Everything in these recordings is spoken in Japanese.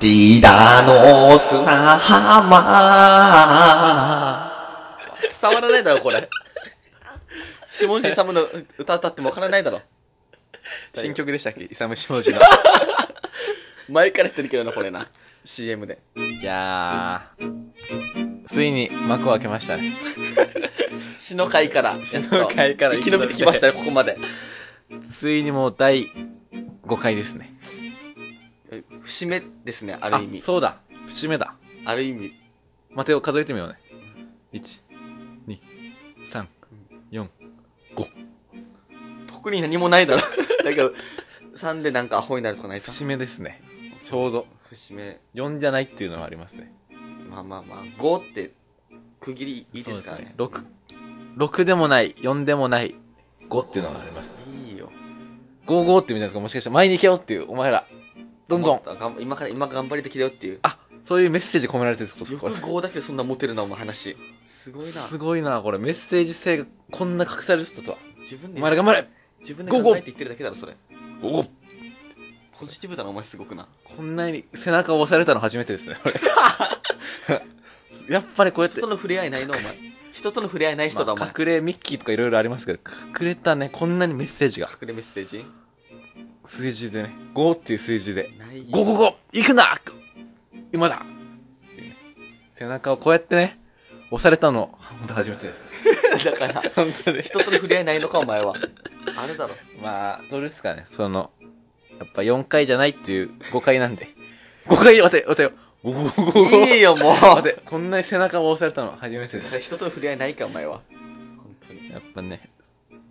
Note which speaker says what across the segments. Speaker 1: リーダーの砂浜。
Speaker 2: 伝わらないだろ、これ。下地さんの歌歌ってもわからないだろ。
Speaker 3: 新曲でしたっけイサムシモジの。
Speaker 2: 前から言ってるけどな、これな。CM で。
Speaker 3: いやー。ついに幕を開けましたね。
Speaker 2: 詩の会から。
Speaker 3: 詩の会から
Speaker 2: 生き延びてきましたね、ここまで。
Speaker 3: ついにもう第5回ですね。
Speaker 2: 節目ですね、ある意味。
Speaker 3: そうだ。節目だ。
Speaker 2: ある意味。
Speaker 3: 待てを数えてみようね。1、2、3、4。
Speaker 2: 特に何もないだろ。だけど、3でなんかアホになるとかないさ。
Speaker 3: 節目ですね。ちょうど。
Speaker 2: 節目。
Speaker 3: 4じゃないっていうのはありますね。
Speaker 2: まあまあまあ。5って、区切りいいですからね。
Speaker 3: そうですね。6。6でもない、4でもない、5っていうのがありますね。
Speaker 2: いいよ。
Speaker 3: 5、5ってみたいですかもしかして前に行けよっていう、お前ら。どんどん。
Speaker 2: 頑張った今から、今頑張りできるよっていう。
Speaker 3: あ、そういうメッセージ込められてるってことで
Speaker 2: よ
Speaker 3: すか
Speaker 2: く
Speaker 3: これ
Speaker 2: 5だけどそんなモテるな、お前話。すごいな。
Speaker 3: すごいな、これ。メッセージ性がこんな隠されてたとは。
Speaker 2: 自分
Speaker 3: お
Speaker 2: で
Speaker 3: 前ら、頑張れ
Speaker 2: 自分で
Speaker 3: ゴーゴー
Speaker 2: 考えて言ってるだけだろ、それ。
Speaker 3: お
Speaker 2: ポジティブだな、お前すごくな。
Speaker 3: こんなに背中を押されたの初めてですね、これ やっぱりこうやって
Speaker 2: 人と、の触れ合いないの、お前。人との触れ合いない人だ、お
Speaker 3: ま
Speaker 2: 前
Speaker 3: あ。隠れミッキーとかいろいろありますけど、隠れたね、こんなにメッセージが。
Speaker 2: 隠れメッセージ
Speaker 3: 数字でね、5っていう数字で。
Speaker 2: ないよ。
Speaker 3: 555! 行くな今だ背中をこうやってね、押されたの、本当初めてですね。
Speaker 2: だから、
Speaker 3: 本当に。
Speaker 2: 人との触れ合いないのか、お前は。あるだろ。
Speaker 3: まあ、どうですかね、その、やっぱ4回じゃないっていう5回なんで。5回、待て、待てよ。555!
Speaker 2: いいよ、もう。
Speaker 3: 待て、こんなに背中を押されたの初めてです。
Speaker 2: 人との触れ合いないか、お前は。本当に。
Speaker 3: やっぱね、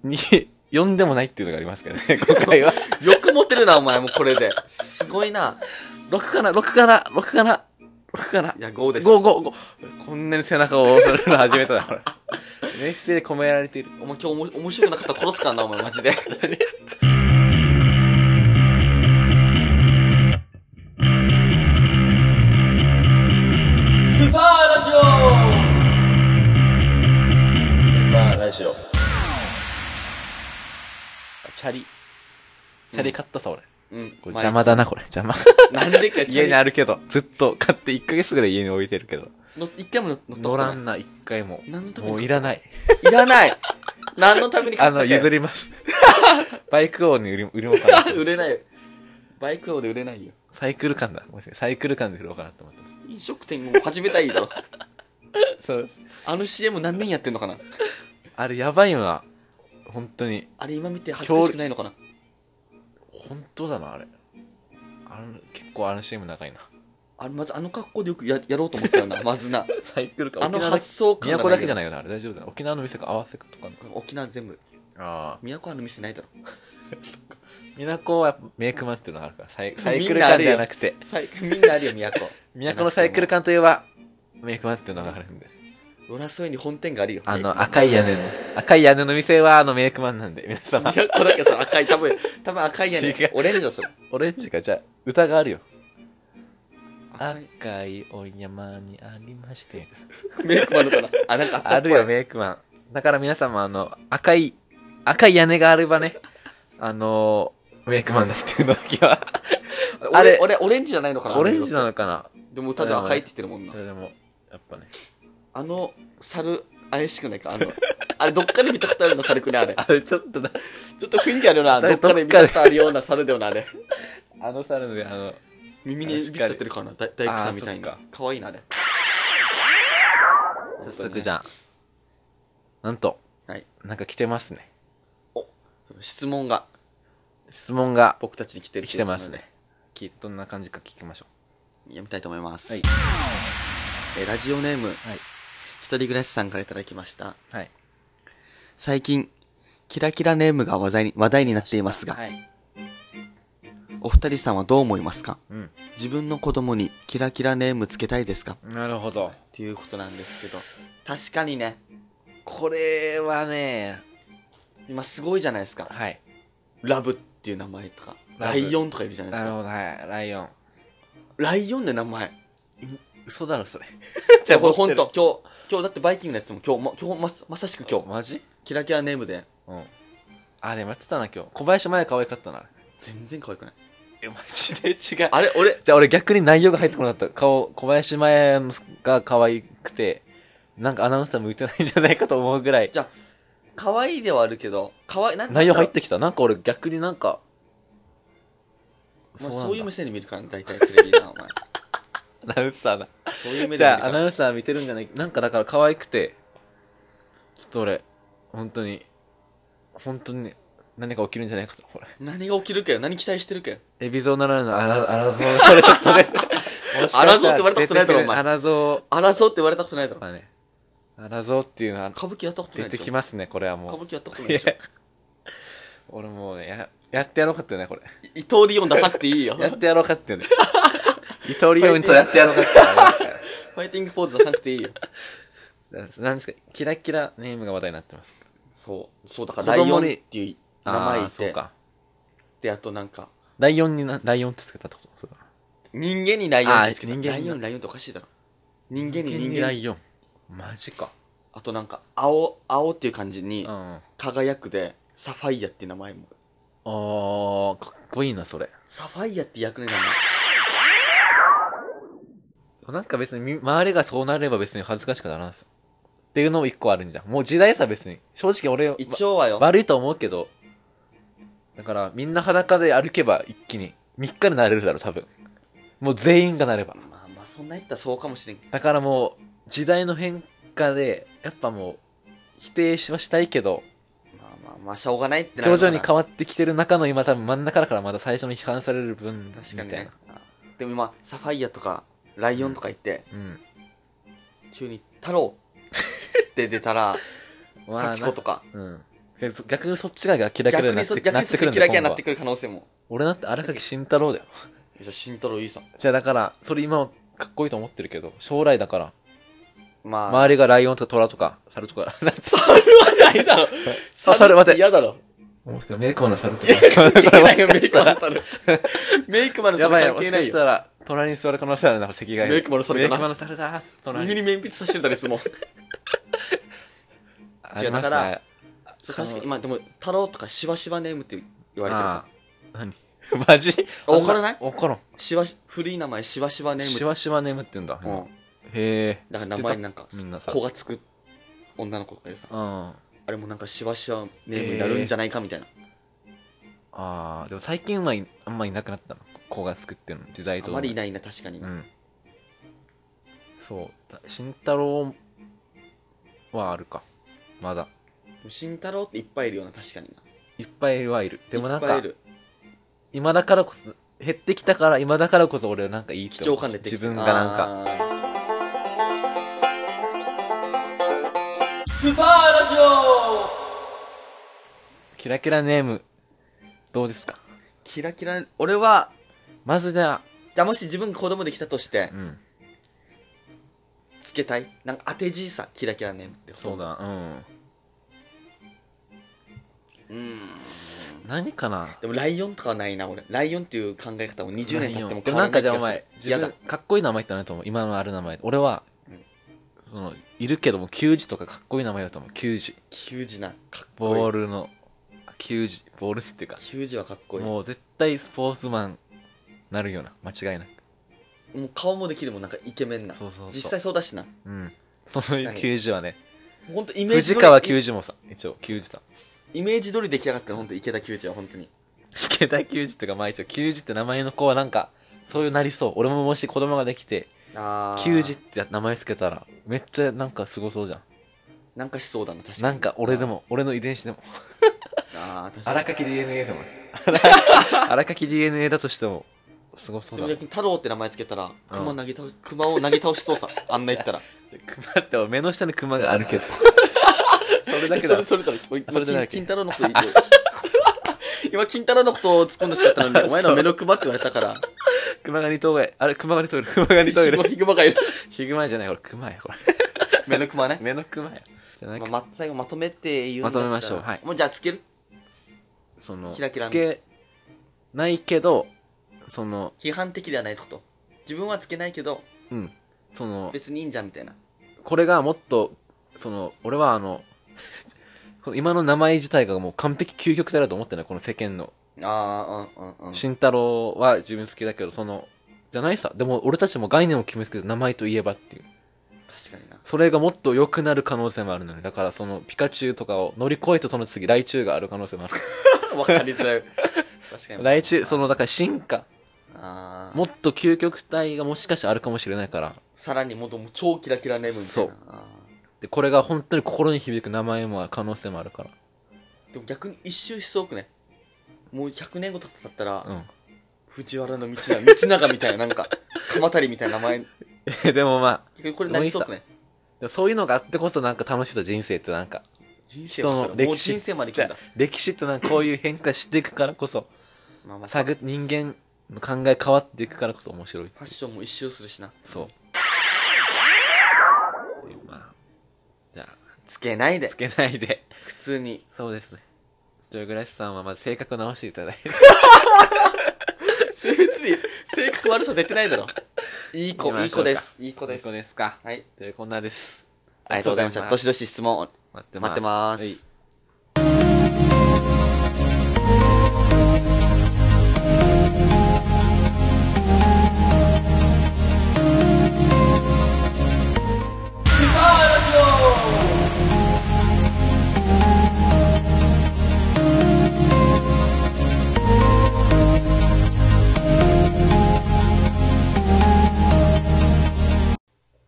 Speaker 3: 4でもないっていうのがありますからね、5回 は。
Speaker 2: よくモテるな、お前もうこれで。すごいな。。
Speaker 3: 6かな、6かな、6かな、6かない
Speaker 2: や、5です。
Speaker 3: 5、5、5。こんなに背中を押されるの初めてだ、 これ。メッセージ込められている。
Speaker 2: お前今日おも面白くなかったら殺すからな、お前マジで。
Speaker 4: スパーラジオスパーラジオ
Speaker 3: チャリ。チャリ買ったさ、俺。
Speaker 2: うん。
Speaker 3: これ邪魔だな、これ。邪魔。
Speaker 2: なんでか、
Speaker 3: 家に
Speaker 2: あ
Speaker 3: あるけど。ずっと買って1ヶ月ぐらい家に置いてるけど。
Speaker 2: の一回も乗ったこと
Speaker 3: 乗ら
Speaker 2: なん
Speaker 3: な、一回も。
Speaker 2: 何のために
Speaker 3: もういら ない。
Speaker 2: い。いらない。何のために買
Speaker 3: あ
Speaker 2: ったか
Speaker 3: の、
Speaker 2: よ
Speaker 3: 譲り ます。バイク王に売り、売りもうかなと
Speaker 2: 売れないよ。バイク王で売れないよ。
Speaker 3: サイクル感だ。ごめんなさい。サイクル感で売ろうかなと思ってます。
Speaker 2: 飲食店も始めたらいい だろ。
Speaker 3: そう。
Speaker 2: あの CM 何年やってんのかな
Speaker 3: あれ、やばいよな。本当に。
Speaker 2: あれ今見て恥ずかしくないのかな
Speaker 3: 本当だな、あれ。あの、結構あの CM 長いな。
Speaker 2: あれまずあの格好でよくややろうと思った よな、まずな。
Speaker 3: サイクル感。
Speaker 2: あの
Speaker 3: 沖縄だ
Speaker 2: 発想感
Speaker 3: 都だけじゃ
Speaker 2: ない
Speaker 3: ないよな、あれ。大丈夫だな。沖縄の店か合わせかとかの。
Speaker 2: よ。沖縄全部。
Speaker 3: ああ。
Speaker 2: 宮古の店ないだろ。
Speaker 3: 宮古はやっぱメイクマンっていうのがあるから、サイサイク
Speaker 2: み
Speaker 3: ル
Speaker 2: んなあ
Speaker 3: 感
Speaker 2: る
Speaker 3: で
Speaker 2: よ
Speaker 3: はなくて、
Speaker 2: サイみんなあるよ、宮古。
Speaker 3: 宮古のサイクル感といえば、メイクマンっていうのがあるんで。
Speaker 2: 浦添に本店があるよ。
Speaker 3: あの、赤い屋根の、赤い屋根の店はあのメイクマンなんで、皆様。
Speaker 2: 宮古だけさ、赤い、多分、多分赤いやね
Speaker 3: 違う。
Speaker 2: オレンジだ、それ。
Speaker 3: オレンジか、じゃあ、歌があるよ。
Speaker 2: 赤い。
Speaker 3: 赤いお山にありまして。
Speaker 2: メイクマンのかなあ、なんかあ
Speaker 3: あ
Speaker 2: ったっ
Speaker 3: る
Speaker 2: ぽい
Speaker 3: よ、メイクマン。だから皆様、あの、赤い、赤い屋根があればね、あのー、メイクマンだっていうのだけは。
Speaker 2: あ
Speaker 3: あ
Speaker 2: れ
Speaker 3: れ、
Speaker 2: 俺、オレンジじゃないのかな
Speaker 3: オレンジ
Speaker 2: あ
Speaker 3: な
Speaker 2: の
Speaker 3: のかな
Speaker 2: 色でも歌で赤いって言ってるもんな
Speaker 3: そ。れでも、やっぱね。
Speaker 2: あの、猿、怪しくないかあの、あれ、どっかで見たことあるの、猿くね、あれ。
Speaker 3: あれ、ちょっとな、
Speaker 2: ちょっと雰囲気あるよ な。ど
Speaker 3: だ
Speaker 2: っかで見たことあるような猿だよ な、あれ。
Speaker 3: あの猿のね、あの、
Speaker 2: 耳にいびつやってるからな、だ大工さんみたい
Speaker 3: あ
Speaker 2: な
Speaker 3: そ。
Speaker 2: かわいいな、あれ。
Speaker 3: 早速じゃん。なんと、
Speaker 2: はい。
Speaker 3: なんか来てますね。
Speaker 2: 質問が
Speaker 3: 質問が
Speaker 2: 僕たちに来てる
Speaker 3: 来
Speaker 2: 人
Speaker 3: て
Speaker 2: なの
Speaker 3: ま
Speaker 2: です
Speaker 3: ね。きっとどんな感じか聞きましょ
Speaker 2: 読みたいと思います。
Speaker 3: はい
Speaker 2: えーラジオネーム、
Speaker 3: はい
Speaker 2: 一人暮らしさんからいただきました。
Speaker 3: う。はい。
Speaker 2: 最近、キラキラネームが話題に話題になっていますが、
Speaker 3: はい。
Speaker 2: お二人さんはどう思いますか
Speaker 3: うん。
Speaker 2: 自分の子供にキラキラネームつけたいですか
Speaker 3: なるほど。
Speaker 2: っていうことなんですけど、確かにね、
Speaker 3: これはね、
Speaker 2: 今すごいじゃないですか。
Speaker 3: はい。
Speaker 2: ラブっていう名前とか、
Speaker 3: ラ
Speaker 2: ラ
Speaker 3: ブ
Speaker 2: イオンとかいるじゃないで
Speaker 3: な
Speaker 2: す
Speaker 3: る
Speaker 2: か。
Speaker 3: ほど、はい。ライオン。
Speaker 2: ライオンで名前。
Speaker 3: 嘘だろ、 それ。
Speaker 2: じゃあこれ本当今日、今日だってバイキングのやつも今日、ま、今日まさまさしく今日、
Speaker 3: マジ
Speaker 2: キラキラネームで、
Speaker 3: うん。あ、でもやってたな、今日。小林麻也可愛かったな。
Speaker 2: 全然可愛くない。
Speaker 3: えマジで違う。じゃ
Speaker 2: あれ、俺、
Speaker 3: あ俺逆に内容が入ってこなかった。顔、小林麻耶が可愛くて、なんかアナウンサー向いてないんじゃないかと思うぐらい。
Speaker 2: じゃ可愛いではあるけど、可愛い、なん
Speaker 3: 内容入っ
Speaker 2: なんだ
Speaker 3: てきた。なんか俺逆になんか、
Speaker 2: ろうま
Speaker 3: な
Speaker 2: あ、
Speaker 3: んだ
Speaker 2: そういう目線で見るから、大体テレビな、お前。
Speaker 3: アナウンサーだ。
Speaker 2: そういう目
Speaker 3: じ
Speaker 2: で見る
Speaker 3: ゃあ、
Speaker 2: か
Speaker 3: アナ
Speaker 2: ら。
Speaker 3: ウンサー見てるんじゃないなんかだから可愛くて、ちょっと俺、本当に、本当に何か起きるんじゃないかと、これ。
Speaker 2: 何が起きるかよ、何期待してるかよ。
Speaker 3: エビゾーならぬ、あら、あらぞう、それちょっと ね。
Speaker 2: アラゾーって言われたことないだろお前
Speaker 3: あらぞ
Speaker 2: 争うって言われたことない
Speaker 3: う
Speaker 2: だろ。
Speaker 3: だね。あらぞうっていうのは
Speaker 2: 歌舞伎やったことな
Speaker 3: 出
Speaker 2: いで
Speaker 3: て
Speaker 2: しょ。
Speaker 3: きますね、これはも
Speaker 2: 歌
Speaker 3: う
Speaker 2: 舞伎やったことない
Speaker 3: い
Speaker 2: で
Speaker 3: や
Speaker 2: しょ。。
Speaker 3: 俺もうね、や、やってやろうかってね、これ。
Speaker 2: 伊藤リオン出さなくていいよ。
Speaker 3: やってやろうか ってね。伊藤リオンとやってやろうかって思いますから。
Speaker 2: ファイティングポーズ出さなくていいよ。
Speaker 3: なんですか、キラキラネームが話題になってます。
Speaker 2: そう。そう、だからライオンっていう名前
Speaker 3: あ
Speaker 2: い
Speaker 3: ーそう
Speaker 2: て、
Speaker 3: か。
Speaker 2: で、あとなんか、
Speaker 3: ライオンにな、ライオンってつけたってことそうだな
Speaker 2: 人間にライオンってつけた
Speaker 3: あー人間
Speaker 2: ラ
Speaker 3: に
Speaker 2: イオン、ライオンっておかしいだろ。人間に人
Speaker 3: 人間に
Speaker 2: 間
Speaker 3: ラ
Speaker 2: に。
Speaker 3: イオン。マジか。
Speaker 2: あとなんか、青、青っていう感じ
Speaker 3: う
Speaker 2: に
Speaker 3: ん。、あ
Speaker 2: 輝くで、サファイアっていう名前も。
Speaker 3: ー、かっこいいな、それ。
Speaker 2: サファイアって役になる
Speaker 3: なんか別にみ、周りがそうなれば別に恥ずかしくならんすよ。っていうのも一個あるんじゃん。もう時代差別に。正直俺、
Speaker 2: 一応はよ
Speaker 3: わ。悪いと思うけど、だからみんな裸で歩けば一気に、3日でなれるだろ、多分。もう全員がなれば。
Speaker 2: まあまあ、そんな言ったらそうかもしれん。
Speaker 3: だからもう、時代の変化で、やっぱもう、否定しはしたいけど、
Speaker 2: まあまあまあ、しょうがないってな
Speaker 3: 徐々に
Speaker 2: か
Speaker 3: 変わってきてる中の今多分真ん中だからまだ最初に批判される部分みた
Speaker 2: 確
Speaker 3: いな。
Speaker 2: かにね。でも今、サファイアとか、ライオンとか言って、
Speaker 3: うん。
Speaker 2: 急に、太郎って出たら、
Speaker 3: まあ
Speaker 2: 幸子とか。
Speaker 3: うん。けど逆にそっちがキラキラ
Speaker 2: 逆
Speaker 3: になっ
Speaker 2: に
Speaker 3: て
Speaker 2: そ
Speaker 3: くる。
Speaker 2: 逆
Speaker 3: な
Speaker 2: に
Speaker 3: っ
Speaker 2: そ
Speaker 3: て
Speaker 2: っ
Speaker 3: く
Speaker 2: ち
Speaker 3: る
Speaker 2: が
Speaker 3: んだよ
Speaker 2: キラキラになって
Speaker 3: 今
Speaker 2: くる可能性も。
Speaker 3: 後は俺だって荒垣慎太郎だよ。
Speaker 2: じゃあ、慎太郎いいさ。
Speaker 3: じゃあだから、それ今はかっこいいと思ってるけど、将来だから、
Speaker 2: まあ、
Speaker 3: 周りがライオンとか虎とか、猿とか、なんて
Speaker 2: 猿はないだろ。
Speaker 3: 猿待て
Speaker 2: 嫌だろ。
Speaker 3: 思ってメイクマンの猿とか。関
Speaker 2: 関係ない
Speaker 3: 係
Speaker 2: よ、
Speaker 3: な
Speaker 2: メ
Speaker 3: い
Speaker 2: イクマンの猿。メイクマンの
Speaker 3: や
Speaker 2: 猿
Speaker 3: ばいよ、
Speaker 2: 関
Speaker 3: も
Speaker 2: 係
Speaker 3: し
Speaker 2: な
Speaker 3: か
Speaker 2: い
Speaker 3: し
Speaker 2: よ。
Speaker 3: たら、隣に座る可能性あるな、席替え。
Speaker 2: メイクマンの猿かな
Speaker 3: メイクマンの猿だ、
Speaker 2: 耳に
Speaker 3: 隣に。
Speaker 2: 鉛筆さしてたですもん。
Speaker 3: あります
Speaker 2: だから
Speaker 3: ね
Speaker 2: そう確かに、まあでも、太郎とかしわしわネームって言われてるさ
Speaker 3: あ。何 マジ
Speaker 2: わからない
Speaker 3: わからん。
Speaker 2: しわし、古い名前しわしわネームって
Speaker 3: し。わしわ眠ってんだ。
Speaker 2: うん。
Speaker 3: へえ。
Speaker 2: だから名前に
Speaker 3: な。
Speaker 2: なんか、
Speaker 3: みんなさ
Speaker 2: 子がつく女の子がいるさ。
Speaker 3: うん。あ
Speaker 2: あれもなんかしわしわネームになるんじゃないかみたいな。
Speaker 3: あー、でも最近はあんまいなくなったの。子が作ってるの、時代
Speaker 2: あ
Speaker 3: と。
Speaker 2: まりいないな、確かに
Speaker 3: う。ん。そうだ。慎太郎はあるか。まだ。
Speaker 2: 慎太郎っていっぱいいるような、確かにな。
Speaker 3: いっぱいはいる。でもなん
Speaker 2: いっ
Speaker 3: か
Speaker 2: ぱいい、る
Speaker 3: 今だからこそ、減ってきたから、今だからこそ俺はなんかいい
Speaker 2: 貴
Speaker 3: と思
Speaker 2: 重
Speaker 3: う
Speaker 2: 感出てきて
Speaker 3: 自分がなんか。
Speaker 2: か。
Speaker 4: スパーラジオ
Speaker 3: キラキラネーム、どうですか
Speaker 2: キラキラ、俺は、
Speaker 3: まずじゃあ、
Speaker 2: じゃあもし自分が子供できたとして
Speaker 3: う、ん。
Speaker 2: つけたいなんか当て字さ、キラキラネームって。
Speaker 3: そうだ、うん。
Speaker 2: う。うん。
Speaker 3: 何かな
Speaker 2: でもライオンとかはないな、俺。ライオンっていう考え方も20年経って
Speaker 3: で
Speaker 2: も変
Speaker 3: も
Speaker 2: わ
Speaker 3: な
Speaker 2: ら
Speaker 3: ん
Speaker 2: な
Speaker 3: か
Speaker 2: い気
Speaker 3: じゃあ
Speaker 2: が
Speaker 3: お前。、自
Speaker 2: する嫌だ
Speaker 3: 分。、かっこいい名前ってないと思う。今のある名前。俺は、その、いるけども、球児とかかっこいい名前だと思う。球児。
Speaker 2: 球児な。かっこいい。
Speaker 3: ボールの、あ球児、ボールっていうか、
Speaker 2: 球児はかっこいい。も
Speaker 3: もう絶対スポーツマン、なるような。間違いなく。
Speaker 2: う顔もできるもん、なんかイケメンな。
Speaker 3: そうそうそう。
Speaker 2: 実際そうだしな。
Speaker 3: うん。そ
Speaker 2: 確か
Speaker 3: の
Speaker 2: に
Speaker 3: 球児はね、
Speaker 2: ほんとイメー
Speaker 3: 藤
Speaker 2: ジ通り
Speaker 3: 川球児もさ、一応、球児さん。
Speaker 2: イメージ通り出来上がったの、ほんと池田球児は、ほんとに。
Speaker 3: 池田球児とか、まあ一応、球児って名前の子はなんか、そういうなりそう。俺ももし子供ができて、
Speaker 2: あー
Speaker 3: 球児って名前つけたら、めっちゃなんかすごそうじゃん。
Speaker 2: なんかしそうだな、確かに。
Speaker 3: なんか俺で。も、俺の遺伝子でも。
Speaker 2: あー確かに
Speaker 3: 荒。垣 DNA でも。荒垣 DNA だとしても、すごそう
Speaker 2: で
Speaker 3: だ
Speaker 2: も
Speaker 3: な。
Speaker 2: 逆に太郎って名前つけたら、熊投げ倒、熊を投げ倒しそうさ。 あんな言ったら。
Speaker 3: 熊って、目の下に熊がある けど。それだけ
Speaker 2: そ
Speaker 3: だ
Speaker 2: れ、。それだろ。今、
Speaker 3: それじゃな
Speaker 2: 金
Speaker 3: い
Speaker 2: 金太郎のこと言う。 今、金太郎のことを突っ込んでしかったのに、お前の目の熊って言われたから。
Speaker 3: 熊が二頭がいあれ、熊が二頭いる。熊が二頭い
Speaker 2: ヒグマ
Speaker 3: る。
Speaker 2: ヒグマがいる。
Speaker 3: ヒグマじゃない、これ、熊 や、こ
Speaker 2: 目の熊
Speaker 3: れ。
Speaker 2: ね。
Speaker 3: 目の熊や。じゃな
Speaker 2: ま
Speaker 3: く
Speaker 2: あ
Speaker 3: て、
Speaker 2: ま、最後まとめて言うんだったら
Speaker 3: まとめましょうはい
Speaker 2: もうじゃあつける
Speaker 3: その、
Speaker 2: キラキラ
Speaker 3: つけないけど、その、
Speaker 2: 批判的ではないってこと。自分はつけないけど、
Speaker 3: うん。その、
Speaker 2: 別にいいんじゃんみたいな。
Speaker 3: これがもっと、その、 俺はあの、この今の名前自体がもう完璧究極体だと思ってない、この世間の
Speaker 2: ああ、うんうんうん。
Speaker 3: 慎太郎は自分好きだけど、その、じゃないさ。でも俺たちも概念を決めつけて名前といえばっていう。
Speaker 2: 確かにな。
Speaker 3: それがもっと良くなる可能性もあるのに。だからそのピカチュウとかを乗り越えてその次、来中がある可能性もある。
Speaker 2: わかりづらい。 確かに。
Speaker 3: 来中、その、だから進化。
Speaker 2: あー、も
Speaker 3: もっと究極体がもしかしてあるかもしれないから。
Speaker 2: さらにもっともう超キラキラネームみたいな。
Speaker 3: そう
Speaker 2: あ
Speaker 3: で、これが本当に心に響く名前も可能性もあるから。
Speaker 2: ー。でも逆に一周しそうくね。もう100年後経ったら、
Speaker 3: うん。
Speaker 2: 藤原の道長、道長みたい な、なんか、鎌足りみたいな名前。
Speaker 3: え でもまあ、
Speaker 2: 逆にこれなりそうくね。
Speaker 3: でもそういうのがあってこそなんか楽しさ人生ってなんか、
Speaker 2: 人生
Speaker 3: 人
Speaker 2: は
Speaker 3: の
Speaker 2: もう
Speaker 3: 歴史。
Speaker 2: 人生まで行くんだ
Speaker 3: じゃ。あ歴史ってなんかこういう変化していくからこそ、
Speaker 2: まあまあ、ファ
Speaker 3: 探人間の考え変わっていくからこそ面白い。
Speaker 2: ッションも一周するしな。
Speaker 3: そう。っていうまあ、じゃあ、
Speaker 2: つけないで
Speaker 3: つ。けないで。
Speaker 2: 普通に。
Speaker 3: そうですね。ジョイグラシさんはまず性格を直していただいて。
Speaker 2: 別に、性格悪さ出てないだろ。いい
Speaker 3: 行
Speaker 2: 子
Speaker 3: き、ましょうか
Speaker 2: いい子です。いい子
Speaker 3: い
Speaker 2: で
Speaker 3: い
Speaker 2: す。
Speaker 3: 子ですか。
Speaker 2: はい。
Speaker 3: というこんなです。
Speaker 2: ありがとうございました。どしどし質問
Speaker 3: 待って
Speaker 2: 待ってま
Speaker 3: はい
Speaker 2: す。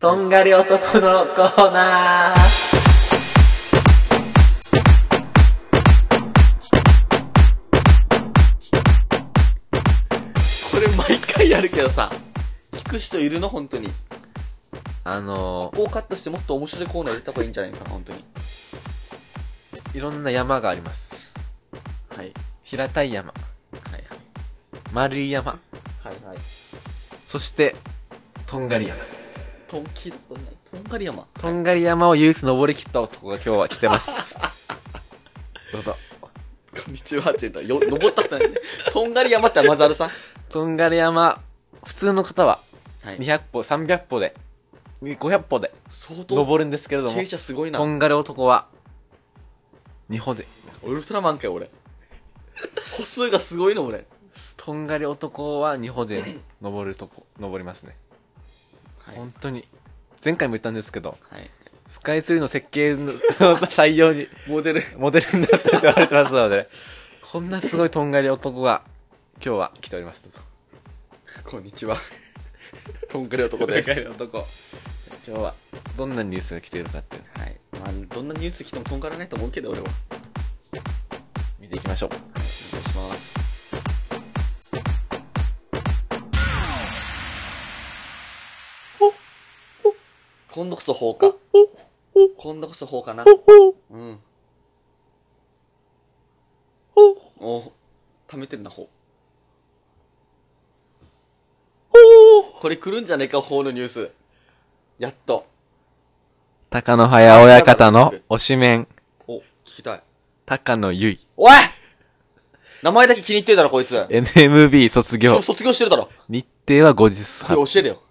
Speaker 3: とんがり男のコーナー
Speaker 2: これ毎回やるけどさ、聞く人いるの本当に。
Speaker 3: あの
Speaker 2: こうカットしてもっと面白いコーナー入れた方がいいんじゃないかな、本当に。
Speaker 3: ー、いろんな山があります。
Speaker 2: はい。
Speaker 3: 平たい山、
Speaker 2: はい
Speaker 3: 丸い山、
Speaker 2: はい。はいはい。
Speaker 3: そして、とんがり山。
Speaker 2: とんき、とんとんがり山。
Speaker 3: とんがり山を唯一登り切った男が今日は来て ます。どうぞ。
Speaker 2: こんにちはって言ったら、よ、登ったことない ね。とんがり山ってまずあるさ。
Speaker 3: とんがり山、普通の方は
Speaker 2: はい。
Speaker 3: 200歩、300歩で、500歩で
Speaker 2: 相当、
Speaker 3: 登るんですけれども
Speaker 2: 傾、斜すごいな
Speaker 3: と。んがり男は、2歩で。
Speaker 2: ウルトラマンかよ、俺。歩数がすごいの、俺。
Speaker 3: とんがり男は2歩 で登るとこ、登りますね。
Speaker 2: はい。
Speaker 3: 本当に。前回も言ったんですけど、
Speaker 2: はい。
Speaker 3: スカイツリーの設計の 採用に
Speaker 2: モデル。
Speaker 3: モデルになったって言われてますので、こんなすごいとんがり男が今日は来ております。どうぞ
Speaker 2: こんにちは。とんがり男です。はい。
Speaker 3: 男今日はどんなニュースが来ているかっていうのを
Speaker 2: まあ、どんなニュース来てもとんがらないと思うけど、俺は。
Speaker 3: 見ていきましょう
Speaker 2: お願いします。今度こそ放火。今度こそ放火な。うん。お、溜めてるな、ほこれ来るんじゃねえか、ほのニュース。やっと。
Speaker 3: 高野早親方の推しメン
Speaker 2: お、聞きたい。
Speaker 3: 高野ゆい
Speaker 2: おい名前だけ気に入ってるだろ、こいつ。
Speaker 3: NMB 卒
Speaker 2: しか
Speaker 3: 業
Speaker 2: も卒業してるだろ。
Speaker 3: 日程は後日
Speaker 2: これ
Speaker 3: 発
Speaker 2: 教えるよ。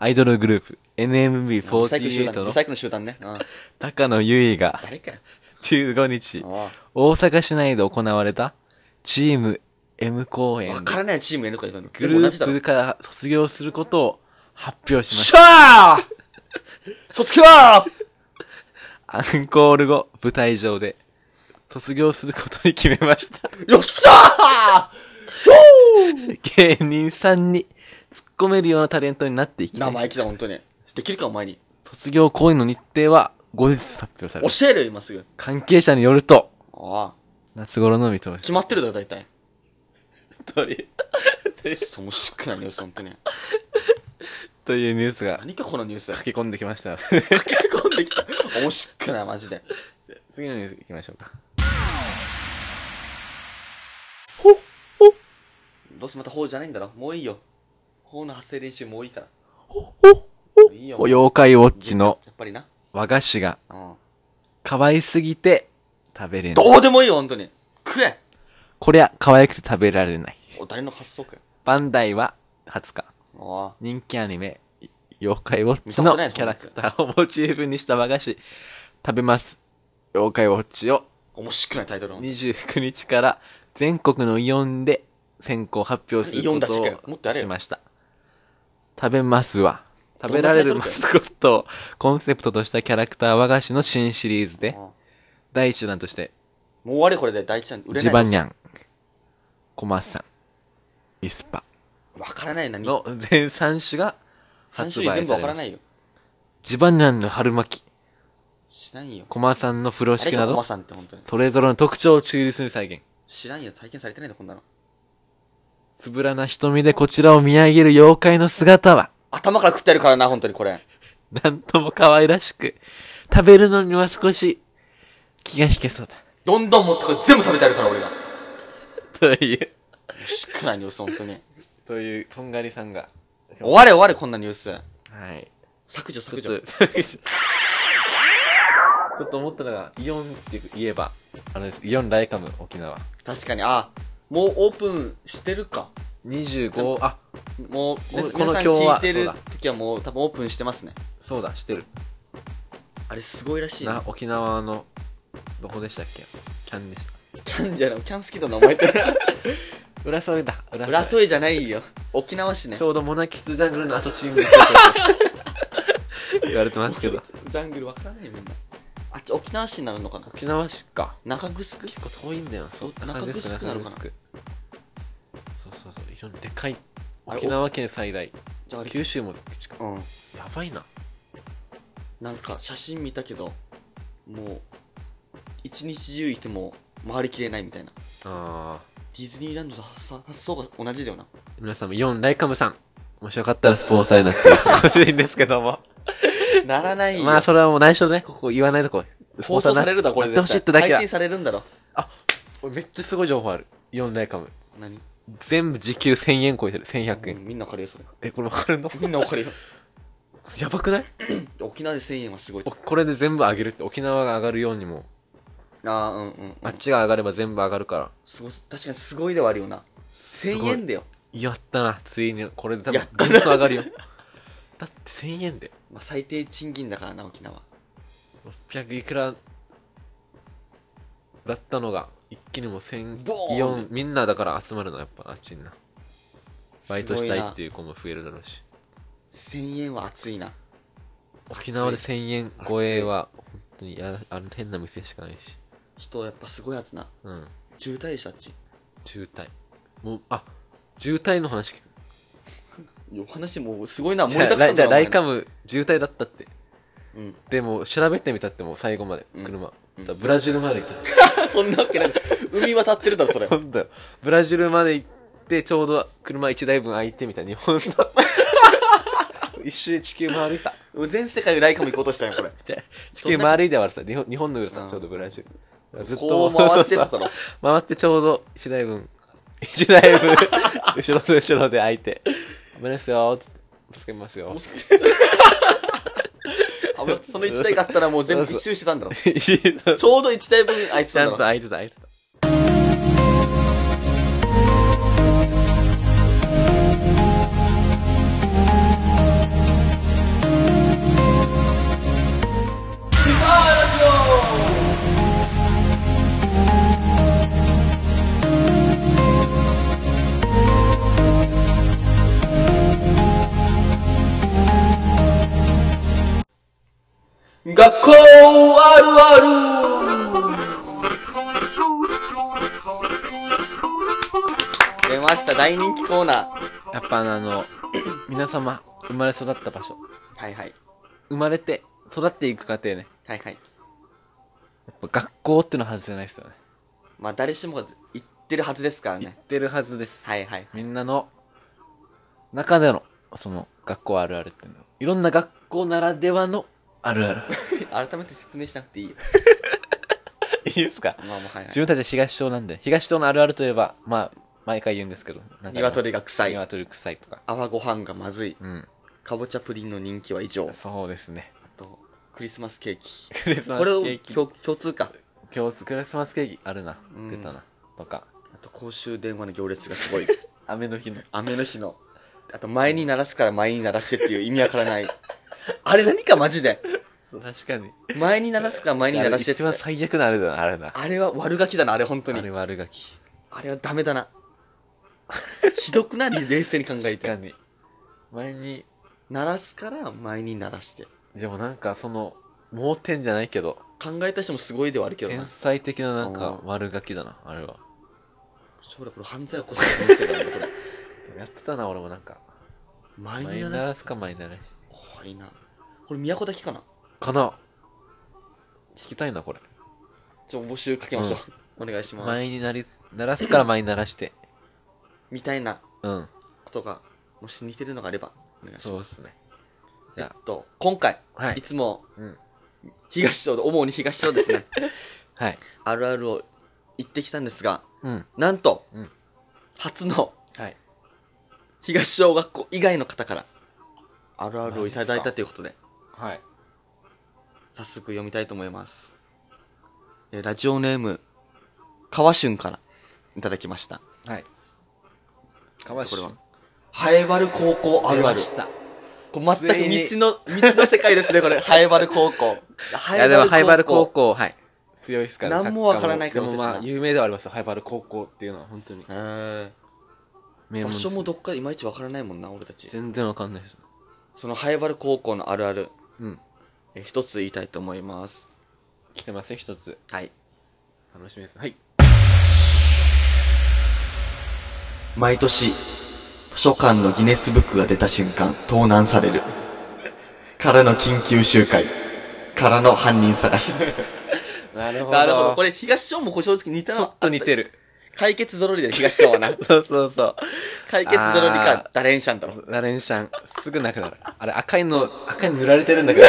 Speaker 3: アイドルグループ
Speaker 2: ブサイクル集
Speaker 3: NMB48
Speaker 2: 団、ブ
Speaker 3: の
Speaker 2: サイクル集団ね。うん。
Speaker 3: 高野ゆいが
Speaker 2: 誰かよ。
Speaker 3: 15日
Speaker 2: あ
Speaker 3: 大阪市内で行われたチーム M 公
Speaker 2: あ。わ
Speaker 3: 演で
Speaker 2: からないチームやるから今の。
Speaker 3: グ
Speaker 2: 全
Speaker 3: ル
Speaker 2: 部同じだろ。
Speaker 3: ープから卒業することを発表しまし
Speaker 2: しゃー卒業
Speaker 3: たアンコール後舞台上で卒業することに決めました
Speaker 2: よっしゃ
Speaker 3: 芸人さんに突っ込めるようなタレントになってい
Speaker 2: ー
Speaker 3: きたい。
Speaker 2: 生意気だ、本当に。できるか、お前に。
Speaker 3: 卒業公演の日程は後日発表される。
Speaker 2: 教えるよ、今すぐ。
Speaker 3: 関係者によると、
Speaker 2: ああ。
Speaker 3: 夏頃の見通し。
Speaker 2: 決まってるだろ、大体。
Speaker 3: という、
Speaker 2: そう、もうしっくないニュース、本当に。
Speaker 3: というニュースが
Speaker 2: 何か、このニュース。
Speaker 3: 駆け込んできました。
Speaker 2: 駆け込んできた。面白くない、マジで。
Speaker 3: 次のニュース行きましょうか。
Speaker 2: どうせまたほうじゃないんだろ。もういいよ。ほうの発声練習もういいから。いいよ。もう
Speaker 3: 妖怪ウォッチの
Speaker 2: やっぱりな。
Speaker 3: 和菓子が
Speaker 2: うん。
Speaker 3: 可愛すぎて食べれない。
Speaker 2: どうでもいいよ、本当に。食え
Speaker 3: こりゃ可愛くて食べられない。
Speaker 2: お、誰の発想かよ。
Speaker 3: バンダイは20日、
Speaker 2: ああ。
Speaker 3: 人気アニメ、妖怪ウォッ
Speaker 2: 見
Speaker 3: チ
Speaker 2: たこ
Speaker 3: の
Speaker 2: とないです
Speaker 3: キャラクターをモチーフにした和菓子、食べます。妖怪ウォッチを
Speaker 2: 面白くないタイトル。
Speaker 3: 29日から全国のイオンで先行発表するこ
Speaker 2: イオンだけかもっ
Speaker 3: と
Speaker 2: とや
Speaker 3: を
Speaker 2: れよ
Speaker 3: しました。食べますわ。食べられ
Speaker 2: ど
Speaker 3: る
Speaker 2: んな
Speaker 3: マ
Speaker 2: タイト
Speaker 3: スコットをコンセプトとしたキャラクター和菓子の新シリーズ
Speaker 2: うん
Speaker 3: で、
Speaker 2: も
Speaker 3: 第一弾として、
Speaker 2: う終わりこれで第一弾売れ
Speaker 3: ジ
Speaker 2: な
Speaker 3: バ
Speaker 2: い
Speaker 3: ニ
Speaker 2: です
Speaker 3: ャン、コマさん、ビスパ
Speaker 2: わからないなに
Speaker 3: の全3種が
Speaker 2: 3
Speaker 3: 発
Speaker 2: 種類全
Speaker 3: 売
Speaker 2: 部
Speaker 3: さ
Speaker 2: わ
Speaker 3: れ
Speaker 2: か
Speaker 3: ま
Speaker 2: らな
Speaker 3: す。
Speaker 2: いよ
Speaker 3: ジバニャンの春巻き、
Speaker 2: 知らんよ
Speaker 3: コマさんの風呂
Speaker 2: あれ
Speaker 3: 敷な
Speaker 2: かコ
Speaker 3: ど
Speaker 2: マ、さんって本当に
Speaker 3: それぞれの特徴を忠実に再現。
Speaker 2: 知らんよ体験されてないんだこんなの
Speaker 3: つぶらな瞳でこちらを見上げる妖怪の姿は、
Speaker 2: 頭から食ってやるからな本当にこれ
Speaker 3: なんとも可愛らしく、食べるのには少し気が引けそうだ。
Speaker 2: どんどん持ってこれ全部食べてやるから俺が
Speaker 3: という、
Speaker 2: 欲しくないニュース本当に
Speaker 3: という、とんがりさんが。
Speaker 2: 終われ終われこんなニュース
Speaker 3: はい。
Speaker 2: 削除
Speaker 3: ちょ
Speaker 2: 削
Speaker 3: っと、
Speaker 2: 除
Speaker 3: ちょっと思ったのが、イオンって言えば、あれです、イオンライカム沖縄。
Speaker 2: 確かにあもうオープンしてるか
Speaker 3: 25、あ、
Speaker 2: もう皆さん
Speaker 3: この
Speaker 2: 皆さん
Speaker 3: 今日
Speaker 2: 聞
Speaker 3: はい
Speaker 2: て
Speaker 3: そう
Speaker 2: る
Speaker 3: だ
Speaker 2: 時はもう多分オープンしてますね
Speaker 3: そうだ、してる。
Speaker 2: あれすごいらしい
Speaker 3: な
Speaker 2: な、
Speaker 3: 沖縄の、どこでしたっけキャンでした。
Speaker 2: キャンじゃないキャン好きだなお前って
Speaker 3: 浦添だ、浦
Speaker 2: 浦添じゃ ないよ沖縄市ね
Speaker 3: ちょうどモナキスジャングルの跡チーム言われてますけど。
Speaker 2: ジャングルわからないみんなあっち沖縄市になるのかな
Speaker 3: 沖縄市か。
Speaker 2: 中城
Speaker 3: 結構遠いんだよ。
Speaker 2: そう
Speaker 3: 中城
Speaker 2: 中城なの
Speaker 3: 中
Speaker 2: かな
Speaker 3: 城そうそうそう。非常にでかい。
Speaker 2: あれ
Speaker 3: 沖縄県最大。
Speaker 2: じゃああれ
Speaker 3: 九州も近い。
Speaker 2: うん
Speaker 3: やばいな。
Speaker 2: なんか写真見たけどもう一日中いても回りきれないみたいな
Speaker 3: あ
Speaker 2: ディズニーランドと発発想が同じだよな
Speaker 3: ー皆さんも4ライカムさん。もしよかったらスポンサーになってほしいんですけども。
Speaker 2: ならないよ、
Speaker 3: まあそれはもう内緒でね、ここ言わないとこ。
Speaker 2: 放送されるだろこれ
Speaker 3: やって
Speaker 2: 絶
Speaker 3: ほしい
Speaker 2: 対
Speaker 3: ってだけ
Speaker 2: 配
Speaker 3: だ
Speaker 2: 信。されるんだろ
Speaker 3: 俺めっちゃすごい情報ある。4ライカム。
Speaker 2: 何、
Speaker 3: 全部時給1000円超えてる。1100
Speaker 2: う
Speaker 3: 円。
Speaker 2: んみんなわかるよそれ
Speaker 3: え、これわかるの
Speaker 2: みんなわかるよ
Speaker 3: やばくない
Speaker 2: 沖縄で1000円はすごい
Speaker 3: おこれで全部上げるって沖縄が上がるようにも、
Speaker 2: ああうんうん、う
Speaker 3: あっ
Speaker 2: ん、
Speaker 3: ちが上がれば全部上がるから
Speaker 2: すごい確かにすごいではあるよな1000円だよ、
Speaker 3: やったなついにこれで多
Speaker 2: や
Speaker 3: 分
Speaker 2: った
Speaker 3: ぐ
Speaker 2: なん
Speaker 3: と上がるよだって1000円で
Speaker 2: まあ、最低賃金だからな沖縄
Speaker 3: 600いくらだったのが一気にもう1000
Speaker 2: ボーン
Speaker 3: イオンみんなだから集まるのやっぱあっちになバイトしたいって
Speaker 2: いう
Speaker 3: いう子も増えるだろうし
Speaker 2: 1000円は熱いな
Speaker 3: 沖縄で1000円超えは本当にやあの変な店しかないし
Speaker 2: 人やっぱすごいやつな
Speaker 3: うん
Speaker 2: 渋滞でしょあっち
Speaker 3: 渋滞もうあ渋滞の話聞く
Speaker 2: いや話もうすごいな盛
Speaker 3: じゃ
Speaker 2: り
Speaker 3: あ
Speaker 2: だくさ
Speaker 3: ラ
Speaker 2: ん
Speaker 3: じ
Speaker 2: だ
Speaker 3: ゃあ
Speaker 2: な
Speaker 3: ラ
Speaker 2: お前
Speaker 3: イカム渋滞だったって
Speaker 2: うん
Speaker 3: でも調べてみたってもう最後まで
Speaker 2: うん
Speaker 3: 車、
Speaker 2: うん
Speaker 3: だからブラジルまで行っ
Speaker 2: そんなわ けない。海渡ってるだろ、それ
Speaker 3: た。んだよブラジルまで行ってちょうど車1台分空いてみたいな日本の 一周地球回りさ
Speaker 2: 全世界ライカム行こうとしたよ、これ。
Speaker 3: じゃあ地球回りではさ日本日本の裏さ、ちょうどブラジルずっ
Speaker 2: こう回ってるだ
Speaker 3: そうそう
Speaker 2: ろ。
Speaker 3: 回ってちょうど1台分1台分後ろと後ろで空いて危ないっすよーっつって助けますよ
Speaker 2: あもうその1台があったらもう全部一周してたん だろ。
Speaker 3: ち
Speaker 2: ちょうど1台分あいつ
Speaker 3: ゃ
Speaker 2: なんん
Speaker 3: と
Speaker 2: だろ。
Speaker 3: 空いてた空いてた
Speaker 2: 学校あるある出ました、大人気コーナー。
Speaker 3: やっぱあの皆様生まれ育った場所
Speaker 2: はいはい。
Speaker 3: 生まれて育っていく過程ね
Speaker 2: はいは
Speaker 3: や
Speaker 2: い。
Speaker 3: っぱ学校ってのは外せないですよね
Speaker 2: まあ、誰しもが行ってるはずですから
Speaker 3: 行っ
Speaker 2: ね。
Speaker 3: てるはずです、
Speaker 2: はいはい。
Speaker 3: みんなの中でのその学校あるあるっていうのいろんな学校ならではのあるある
Speaker 2: 改めて説明しなくていいよ。
Speaker 3: いいですか
Speaker 2: まあま あ、はいは
Speaker 3: 自
Speaker 2: い。
Speaker 3: 分たちは東町なんで東町のあるあるといえばまあ毎回言うんですけどなんか
Speaker 2: 鶏が臭い。
Speaker 3: 鶏臭いとか
Speaker 2: 泡ご飯がまずい。
Speaker 3: うん
Speaker 2: かぼちゃプリンの人気は以上。
Speaker 3: そうですね
Speaker 2: あと、クリスマスケーキ。
Speaker 3: クリスマスケ
Speaker 2: これを
Speaker 3: ーキ
Speaker 2: 共共通か。
Speaker 3: 今日クリスマスケーキあるな
Speaker 2: うん
Speaker 3: 出たなとか
Speaker 2: あと、公衆電話の行列が すごい。
Speaker 3: 雨の日の
Speaker 2: 雨の日の。あと、前に鳴らすから前に鳴らしてっていう意味わからない。あれ何かマジで。
Speaker 3: 確かに
Speaker 2: 前に鳴らすから前に鳴らしてっ
Speaker 3: 一番
Speaker 2: て。
Speaker 3: 最悪なあれだな、あれだ。
Speaker 2: あれは悪ガキだな、あれ本当
Speaker 3: あ
Speaker 2: に。
Speaker 3: れ悪ガキ。
Speaker 2: ああれはダメだな。 ひどくなり、冷静に考え
Speaker 3: 確か
Speaker 2: て。
Speaker 3: に。前に、
Speaker 2: 鳴らすから前に鳴らして。
Speaker 3: でもなんかその、盲点じゃないけど、
Speaker 2: 考えた人もすごいではあるけど
Speaker 3: 天
Speaker 2: な。
Speaker 3: 才的ななんか
Speaker 2: うん
Speaker 3: 丸書きだな、あれは。
Speaker 2: 将来これ犯罪を起こす可能性があるな、これ。
Speaker 3: やってたな、俺もなんか。
Speaker 2: 前
Speaker 3: マ
Speaker 2: に
Speaker 3: イ
Speaker 2: 鳴
Speaker 3: ナ
Speaker 2: ら
Speaker 3: ラ
Speaker 2: す
Speaker 3: ス
Speaker 2: か。
Speaker 3: かマイナラス。
Speaker 2: 怖いな。これ、都だけかな。
Speaker 3: かな聞きたいな、これ。
Speaker 2: ちょ、募集かけましょう。お願いします。
Speaker 3: 前になり、鳴らすから前に鳴らして。
Speaker 2: みたいな
Speaker 3: うん。
Speaker 2: ことが、もし似てるのがあれば、お願いし
Speaker 3: そう
Speaker 2: ま。
Speaker 3: ですすね。
Speaker 2: え
Speaker 3: じ
Speaker 2: っ
Speaker 3: ゃ
Speaker 2: と、今回、
Speaker 3: あ、はいい。
Speaker 2: つも
Speaker 3: うん、
Speaker 2: 東町で、主に東町ですね。
Speaker 3: はい。
Speaker 2: あるあるを行ってきたんですが、
Speaker 3: うん。
Speaker 2: なんと
Speaker 3: うん、
Speaker 2: 初の
Speaker 3: はい。
Speaker 2: 東小学校以外の方から、あるあるをいただいたということで、
Speaker 3: はい。
Speaker 2: 早速読みたいと思います。えーラジオネーム、川春からいただきました。
Speaker 3: はい。かわし
Speaker 2: これは、ハエバル高校あるある。
Speaker 3: た。
Speaker 2: これ
Speaker 3: ついに
Speaker 2: 全く道の、道の世界ですね、 これ。ハエバル高校。ハ
Speaker 3: いや、でも、ハイバル高
Speaker 2: 校。
Speaker 3: 校、はい。強いですから、
Speaker 2: 何もわからないか
Speaker 3: サッカーも
Speaker 2: ら
Speaker 3: でもまあ、
Speaker 2: 私は
Speaker 3: 有名ではありますよハイバル高校っていうのは、本当に。
Speaker 2: へ
Speaker 3: 名門
Speaker 2: ー場
Speaker 3: です
Speaker 2: 所もどっかいまいちわからないもんな、俺たち。
Speaker 3: 全然わかんないです。
Speaker 2: そのハエバル高校のあるある、
Speaker 3: うん。
Speaker 2: えー一つ言いたいと思います。
Speaker 3: 来てますよ、一つ。
Speaker 2: はい。
Speaker 3: 楽しみです。はい。
Speaker 2: 毎年、図書館のギネスブックが出た瞬間、盗難される。からの緊急集会。からの犯人探し。
Speaker 3: なるほど。
Speaker 2: なるほど。こ
Speaker 3: れ、
Speaker 2: れ、東町もこれ正直似た
Speaker 3: ち
Speaker 2: の
Speaker 3: ょっと似
Speaker 2: る。
Speaker 3: てる。
Speaker 2: 解決ぞろりで東町は な。
Speaker 3: そうそうそ
Speaker 2: 解決ぞろり
Speaker 3: あ
Speaker 2: か
Speaker 3: ー、
Speaker 2: ダレンシャンだろ。
Speaker 3: う。ラレンシャン、すぐなくなる。あれ、赤いの、赤いの塗られてるんだけど。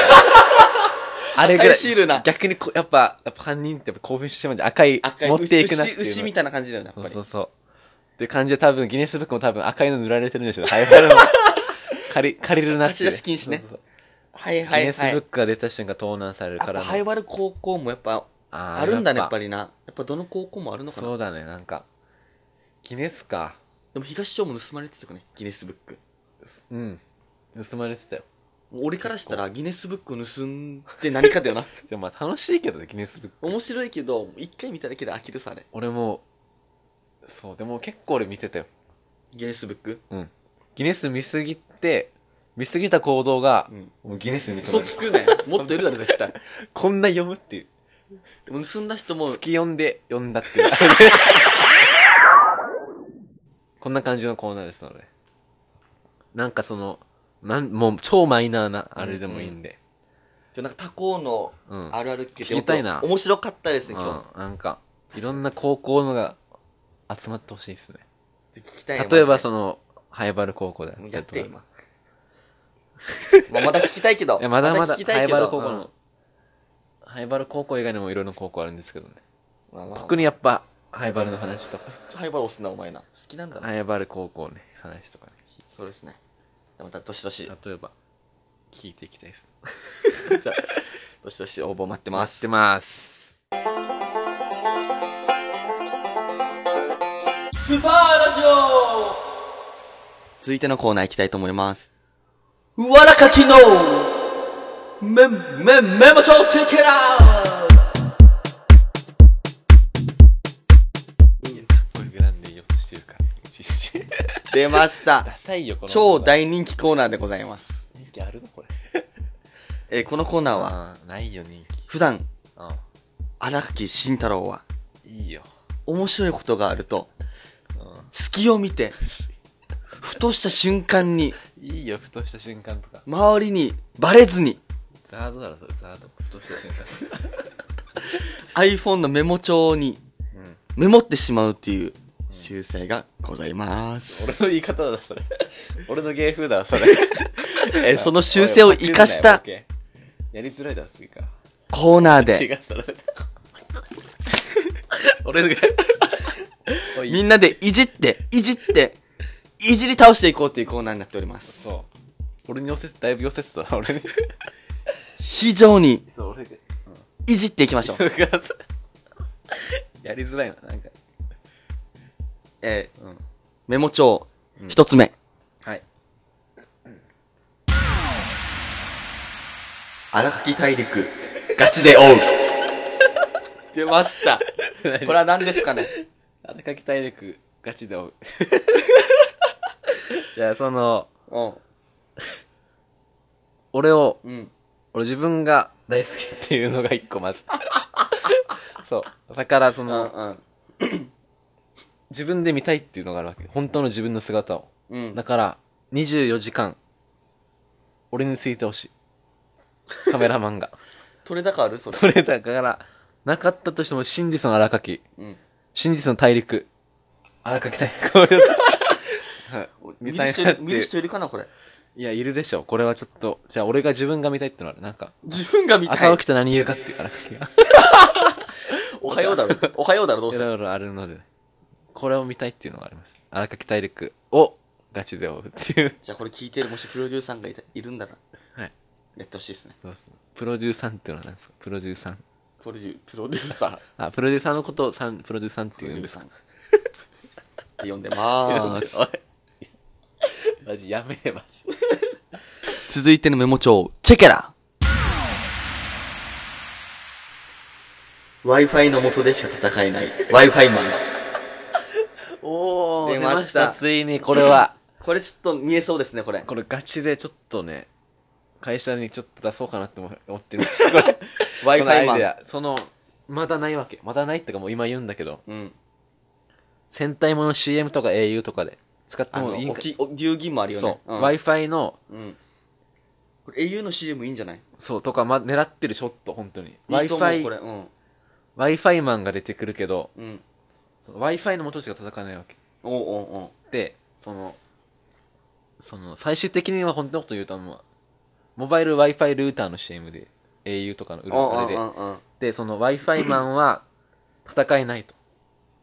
Speaker 3: あれぐ
Speaker 2: 赤
Speaker 3: ら
Speaker 2: いシール
Speaker 3: い
Speaker 2: な。
Speaker 3: 逆にこう、やっぱ、やっぱ犯人ってやっぱ興奮してしまうんで、赤い、
Speaker 2: 赤い
Speaker 3: 持っていくなって
Speaker 2: 牛
Speaker 3: いうの。
Speaker 2: 牛牛みたいな感じだよね、や
Speaker 3: そ
Speaker 2: っ
Speaker 3: うそ
Speaker 2: ぱり
Speaker 3: う。そう。っていう感じで多分、ギネスブックも多分赤いの塗られてるん でしょうね。ハイバルも。借り、借りるなって。
Speaker 2: 貸し出し禁止ね
Speaker 3: そうそう
Speaker 2: はい
Speaker 3: そう
Speaker 2: は
Speaker 3: ギ
Speaker 2: い
Speaker 3: ネスブ
Speaker 2: はい。や
Speaker 3: ックが出た瞬間盗難される
Speaker 2: っ
Speaker 3: から
Speaker 2: ぱ、
Speaker 3: ね
Speaker 2: ハイワル高校もやっぱ、
Speaker 3: あー
Speaker 2: あるんだね、やっぱ
Speaker 3: り。
Speaker 2: りな。やっぱどの高校もあるのかな。
Speaker 3: そうだね、なんか。ギネスか。
Speaker 2: でも東町も盗まれてたかね、ギネスブック。
Speaker 3: うん。盗まれてたよ。
Speaker 2: もう俺からしたら、ギネスブックを盗んで何かだよな。
Speaker 3: でもまあ楽しいけどね、ギネスブック。
Speaker 2: 面白いけど、一回見ただけで飽きるさね。
Speaker 3: 俺も、そう、でも結構俺見てたよ。
Speaker 2: ギネスブック。
Speaker 3: うん。ギネス見すぎて、見すぎた行動が
Speaker 2: う、ん。
Speaker 3: もうギネスに認
Speaker 2: 嘘
Speaker 3: める
Speaker 2: つくね。もっといるだろ、絶対。
Speaker 3: こんな読むっていう。
Speaker 2: でも盗んだ人も、
Speaker 3: 月読んで読んだっていう。 こんな感じのコーナーですので。なんかその、なん、もう超マイナーな、あれでもいいんで。
Speaker 2: なんか他校の
Speaker 3: うん。
Speaker 2: あるある聞けて、
Speaker 3: 聞きたいな
Speaker 2: 本当面白かったですね、今
Speaker 3: うんなんか、いろんな高校のが集まってほしいですね。
Speaker 2: 日。聞きたい
Speaker 3: 例えば
Speaker 2: の、
Speaker 3: その、ハイバル高校で
Speaker 2: もうやって、
Speaker 3: い
Speaker 2: 今。まあまだ聞きたいけど。
Speaker 3: や、まだまだ、
Speaker 2: 聞きた
Speaker 3: ハ
Speaker 2: い
Speaker 3: イ
Speaker 2: けど
Speaker 3: バル高校
Speaker 2: うん
Speaker 3: の、ハイバル高校以外にもいろいろな高校あるんですけどね。
Speaker 2: まあまあ
Speaker 3: 特にやっぱ、ハイバルの話とか、
Speaker 2: ハイバル押すな、お前な。好きなんだな。
Speaker 3: ハイバル高校ね、話とかね。
Speaker 2: そうですね。じゃあまた、どしどし、 じゃ
Speaker 3: 例えば、聞いていきたいです。
Speaker 2: あどしどし応募待ってま
Speaker 3: 待っ
Speaker 2: す
Speaker 3: て。ます。
Speaker 4: スパーラジオ
Speaker 2: 続いてのコーナー行きたいと思います。わらかきの、め、め、メモ帳チェックラ
Speaker 3: こういうグランデ言おうとしてるから。
Speaker 2: 出ました。
Speaker 3: ダサいよ、この。
Speaker 2: 超大人気コーナーでございます。
Speaker 3: 人気あるのこれ。
Speaker 2: えーこのコーナーは、
Speaker 3: あーないよ、人気。
Speaker 2: 普段、
Speaker 3: う
Speaker 2: 荒垣慎太郎は、
Speaker 3: ん。いいよ。
Speaker 2: 面白いことがあると、
Speaker 3: う
Speaker 2: 隙を見て、ふとした瞬間に、
Speaker 3: ん。いいよ、ふとした瞬間とか。
Speaker 2: 周りにバレずに、
Speaker 3: ザードだろ、それ、ザード。ふとした瞬間。
Speaker 2: iPhone のメモ帳に
Speaker 3: うん。俺
Speaker 2: メモってしまうっていう習性がございます。
Speaker 3: の言い方だ、そ れ。俺の芸風だわ、それ。
Speaker 2: えーその習性を生かした
Speaker 3: やりづらいだろ、次か。
Speaker 2: コーナー
Speaker 3: 違
Speaker 2: で、
Speaker 3: う、それ。 俺の芸。おい
Speaker 2: みんなでいじって、いじって、いじり倒していこうっていうコーナーになっております。
Speaker 3: そう。俺に寄せて、だいぶ寄せてたな、 俺に。
Speaker 2: 非常に
Speaker 3: そう、俺で。
Speaker 2: いじっていきましょう。
Speaker 3: やりづらいな、なんか。
Speaker 2: えー
Speaker 3: うん
Speaker 2: メモ帳、一つ目。
Speaker 3: はい。
Speaker 2: 荒垣大陸、 ガチで追う。出ました。これは何ですかね
Speaker 3: なん金かけ体力、ガチで 追う。じゃあ、その、
Speaker 2: うん。
Speaker 3: 俺を、
Speaker 2: うん。
Speaker 3: 俺自分が大好きっていうのが一個ま ず。そう。だから、その、
Speaker 2: ん。
Speaker 3: 自分で見たいっていうのがあるわけ。本当の自分の姿を。
Speaker 2: うん
Speaker 3: だから、24時間、俺についてほしい。カメラマンが。
Speaker 2: 取れ高あるそれ。
Speaker 3: 取れたから、なかったとしても、真実の荒垣。
Speaker 2: うん。
Speaker 3: 真実の大陸。荒垣大陸。はい見
Speaker 2: 見る
Speaker 3: たい
Speaker 2: 人い
Speaker 3: なっ
Speaker 2: る
Speaker 3: て
Speaker 2: 見
Speaker 3: い
Speaker 2: る
Speaker 3: う。
Speaker 2: 人いるかなこれ。
Speaker 3: いや、いるでしょ。これはちょっと、じゃあ俺が自分が見たいってのある。なんか、
Speaker 2: 自分が見た
Speaker 3: 朝
Speaker 2: い
Speaker 3: 起。きて何言うかっていう荒垣が。
Speaker 2: おはようだろ。 おはようだろ、どう
Speaker 3: い
Speaker 2: せ。
Speaker 3: ろいろあるので、これを見たいっていうのがあります。荒垣大陸をガチで追うっていう。
Speaker 2: じゃあこれ聞いてる、もしプロデューサーがいたいるんだら、
Speaker 3: はい。
Speaker 2: やってほしいですね。
Speaker 3: そうですね。プロデューサーっていうのは何ですかプロデューサー。
Speaker 2: プロデュプロデューサー。
Speaker 3: あ、プロデューサーのことをさん、プロデューサーって
Speaker 2: プ
Speaker 3: い
Speaker 2: ロ
Speaker 3: う
Speaker 2: デ
Speaker 3: ん
Speaker 2: ュ
Speaker 3: で
Speaker 2: ー
Speaker 3: す
Speaker 2: サ
Speaker 3: か
Speaker 2: ー。って呼んでまー す。
Speaker 3: おいマジやめえ、マジ。
Speaker 2: 続いてのメモ帳、チェケラ Wi-Fi の元でしか戦えない Wi-Fi マン。
Speaker 3: お
Speaker 2: ー出ました
Speaker 3: ついに、これは。
Speaker 2: これちょっと見えそうですね、これ。
Speaker 3: これガチでちょっとね、会社にちょっと出そうかなって思思ってるん ですこれこのア
Speaker 2: Wi-Fi マ
Speaker 3: イデ
Speaker 2: ン。
Speaker 3: ア。その、まだないわけ。まだないってかもう今言うんだけど、
Speaker 2: うん。
Speaker 3: 戦隊もの CM とか au とかで使って
Speaker 2: あの、
Speaker 3: もいいん
Speaker 2: お
Speaker 3: か
Speaker 2: き、お、流儀もあるよ
Speaker 3: そ
Speaker 2: ね。
Speaker 3: う、
Speaker 2: ん
Speaker 3: Wi-Fi の、
Speaker 2: うん。これ au の CM いいんじゃない
Speaker 3: そう、とか、ま、狙ってるショット、本当に。
Speaker 2: いいと思うこ
Speaker 3: Wi-Fi、
Speaker 2: れ。うん。
Speaker 3: Wi-Fi マンが出てくるけど、
Speaker 2: うん。
Speaker 3: Wi-Fi の元しか叩かないわけ。
Speaker 2: おうおうおう
Speaker 3: で、その、その、最終的には本当のこと言うと、あのモバイル Wi-Fi ルーターの CM で、au とかの売るあれ
Speaker 2: う
Speaker 3: で、
Speaker 2: んうんうん
Speaker 3: で、その Wi-Fi マンは戦えないと。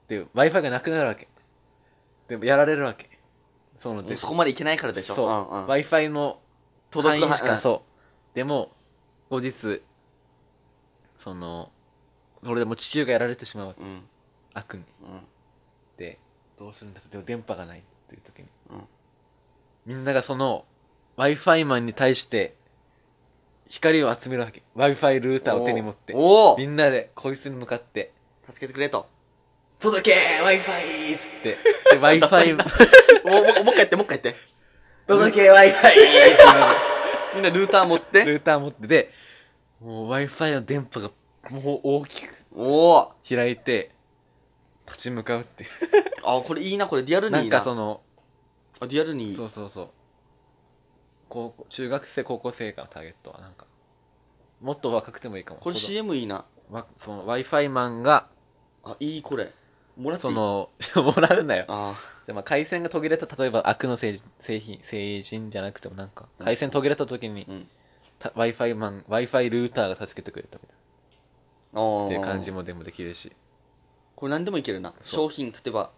Speaker 3: で、Wi-Fi がなくなるわけ。でも、やられるわけ。その、
Speaker 2: もう
Speaker 3: で
Speaker 2: そこまでいけないからでしょ
Speaker 3: そう、
Speaker 2: んん
Speaker 3: Wi-Fi の
Speaker 2: 届く
Speaker 3: 範囲しか、
Speaker 2: うん
Speaker 3: そう。でも、後日、その、それでもう地球がやられてしまうわけ。
Speaker 2: うん
Speaker 3: 悪に。
Speaker 2: うん
Speaker 3: で、どうするんだでも電波がないっていう時に。
Speaker 2: うん
Speaker 3: みんながその、Wi-Fi マンに対して、光を集めるわけ。Wi-Fi ルーターを手に持って。
Speaker 2: おお
Speaker 3: みんなで、こいつに向かって、
Speaker 2: 助けてくれと
Speaker 3: 届け !Wi-Fi! つって、で Wi-Fi、
Speaker 2: おもうもうもう一回やってもう一回やって
Speaker 3: 届け Wi-Fi! ってなる
Speaker 2: みんなルーター持って
Speaker 3: ルーター持ってで、もう Wi-Fi の電波が、もう大きく
Speaker 2: おお
Speaker 3: 開いて、立ち向かうってい
Speaker 2: あこれいいなこれリアル
Speaker 3: う。
Speaker 2: に
Speaker 3: ないん
Speaker 2: い
Speaker 3: か
Speaker 2: な
Speaker 3: その、
Speaker 2: あリアルにいい
Speaker 3: そうそうそう。高校、中学生、高校生がターゲットは、なんか、もっと若くてもいいかも。
Speaker 2: これ
Speaker 3: ほど
Speaker 2: CM いいな
Speaker 3: わその Wi-Fi マンが、
Speaker 2: あいいこれもらって
Speaker 3: そ
Speaker 2: いい
Speaker 3: の、 もらうなよ。
Speaker 2: あ
Speaker 3: じゃあまあ回線が途切れた、例えば悪の製製品、製品じゃなくてもなんか、回線途切れた時に
Speaker 2: ー、うん
Speaker 3: た Wi-Fi マン、Wi-Fi ルーターが助けてくれたみたい
Speaker 2: あ
Speaker 3: な。っていう感じ
Speaker 2: も
Speaker 3: もでもできるし。
Speaker 2: これ何でもいけるな
Speaker 3: そ
Speaker 2: 商品例えば